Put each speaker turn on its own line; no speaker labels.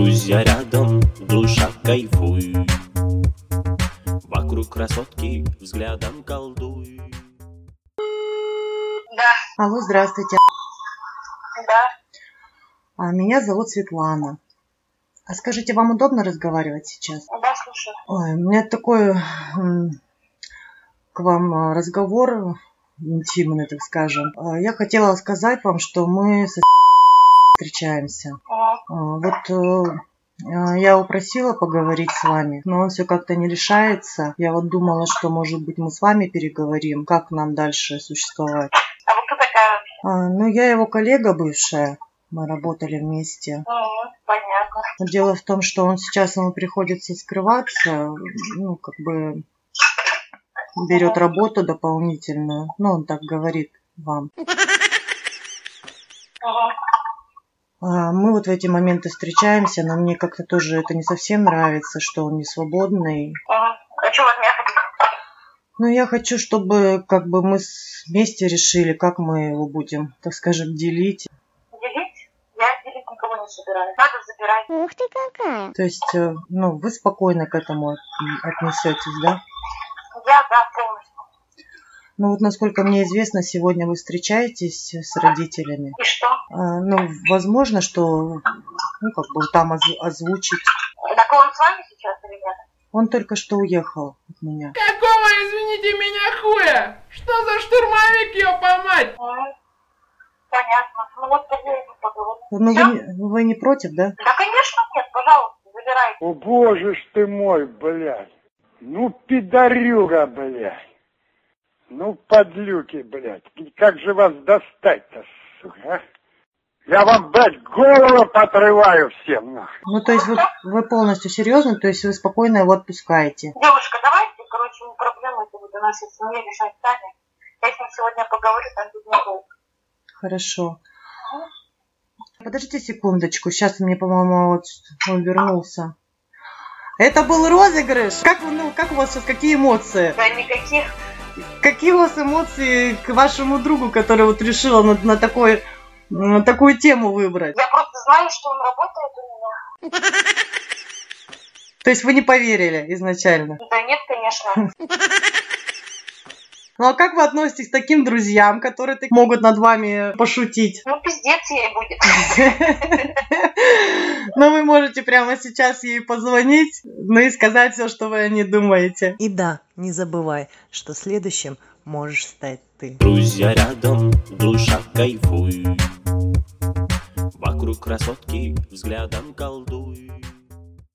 Я рядом, душа кайфуй Вокруг красотки взглядом колдуй
Да,
Алло, здравствуйте.
да,
А, Меня зовут Светлана. А скажите, вам удобно разговаривать сейчас?
да, слушаю.
Ой, у меня такой м, к вам а, разговор интимный, так скажем. А, Я хотела сказать вам, что мы со встречаемся.
Ага.
А, Вот э, э, я его просила поговорить с вами, но он все как-то не решается. Я вот думала, что, может быть, мы с вами переговорим, как нам дальше существовать.
А вы кто такая?
А, Ну, я его коллега бывшая, мы работали вместе.
Мгм, ну, понятно.
Но Дело в том, что он сейчас ему приходится скрываться, ну, как бы берет работу дополнительную. Ну, он так говорит вам.
Мгм.
А Мы вот в эти моменты встречаемся, но мне как-то тоже это не совсем нравится, что он не свободный.
Мгм. А что вы от меня хотите?
Но я хочу, чтобы как бы мы с- вместе решили, как мы его будем, так скажем, делить.
Делить? Я делить никого не собираюсь. Надо забирать.
Ух ты какая!
То есть, э, ну, вы спокойно к этому от- отнесетесь, да?
Я, да, полностью.
Ну вот, насколько мне известно, сегодня вы встречаетесь с родителями.
И что?
А, Ну, возможно, что ну, как бы там оз- озвучить.
Так он с вами сейчас или нет?
Он только что уехал от меня.
Какого, извините меня, хуя? Что за штурмовик, ёпа-мать?
Мгм. Понятно. Ну вот тогда я иду поговорю.
Ну, вы, не- вы не против, да?
Да, конечно, нет, пожалуйста, забирайте.
О боже ж ты мой, блядь. Ну, пидорюга, блядь. Ну, подлюки, блядь. И Как же вас достать-то, сука, а? Я вам, блядь, голову подрываю всем, нахуй.
Ну, то есть вы, вы полностью серьезно, то есть вы спокойно его отпускаете.
Девушка, давайте, короче, не проблемы это вы доносите. Мне решать сами. Я с ним сегодня поговорю, там без него.
Хорошо. Подождите секундочку, сейчас мне, по-моему, вот он вернулся. Это был розыгрыш! Как, вы- ну, как у вас сейчас, какие эмоции?
Да никаких.
Какие у вас эмоции к вашему другу, который вот решил на, на такой, на такую тему выбрать?
Я просто знаю, что он работает у меня.
То есть вы не поверили изначально?
Да нет, конечно.
Ну а как вы относитесь к таким друзьям, которые так могут над вами пошутить?
Ну, пиздец ей будет.
Но Ну, вы можете прямо сейчас ей позвонить, ну и сказать все, что вы о ней думаете.
И да, не забывай, что следующим можешь стать ты.
Друзья рядом, душа кайфуй Вокруг красотки взглядом колдуй